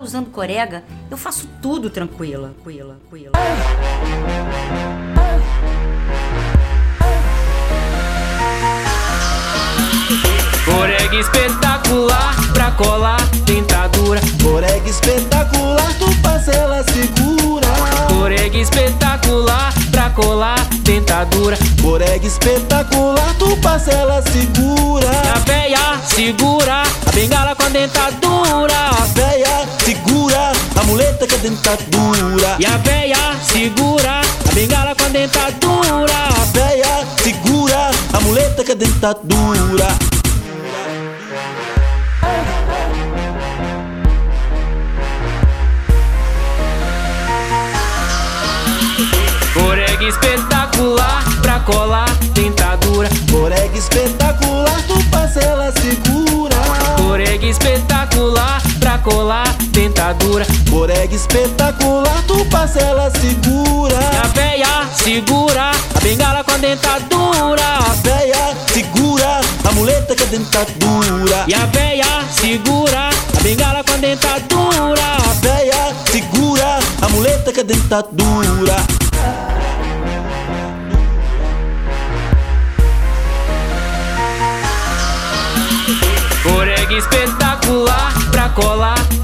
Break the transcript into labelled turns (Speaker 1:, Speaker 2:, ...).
Speaker 1: usando corega, eu faço tudo tranquila, tranquila, tranquila.
Speaker 2: Corega espetacular pra colar dentadura.
Speaker 3: Corega espetacular, tu faz ela segura.
Speaker 2: Corega espetacular pra colar dentadura.
Speaker 3: Corega espetacular, tu faz ela segura.
Speaker 2: A véia segura a bengala com a
Speaker 3: A
Speaker 2: dentadura.
Speaker 3: véia segura, a muleta que a dentadura.
Speaker 2: E a véia segura a bengala com a dentadura.
Speaker 3: A véia segura, a muleta que a dentadura.
Speaker 2: Corega espetacular pra colar dentadura.
Speaker 3: Corega espetacular, tu faz ela segura.
Speaker 2: Corega espetacular pra colar dentadura.
Speaker 3: Corega espetacular, tu faz ela segura.
Speaker 2: A véia segura a bengala com a dentadura.
Speaker 3: A véia segura, a muleta que a dentadura.
Speaker 2: E a véia segura a bengala com a
Speaker 3: A
Speaker 2: dentadura.
Speaker 3: véia segura, a muleta que a tá dentadura.
Speaker 2: Corega espetacular pra colar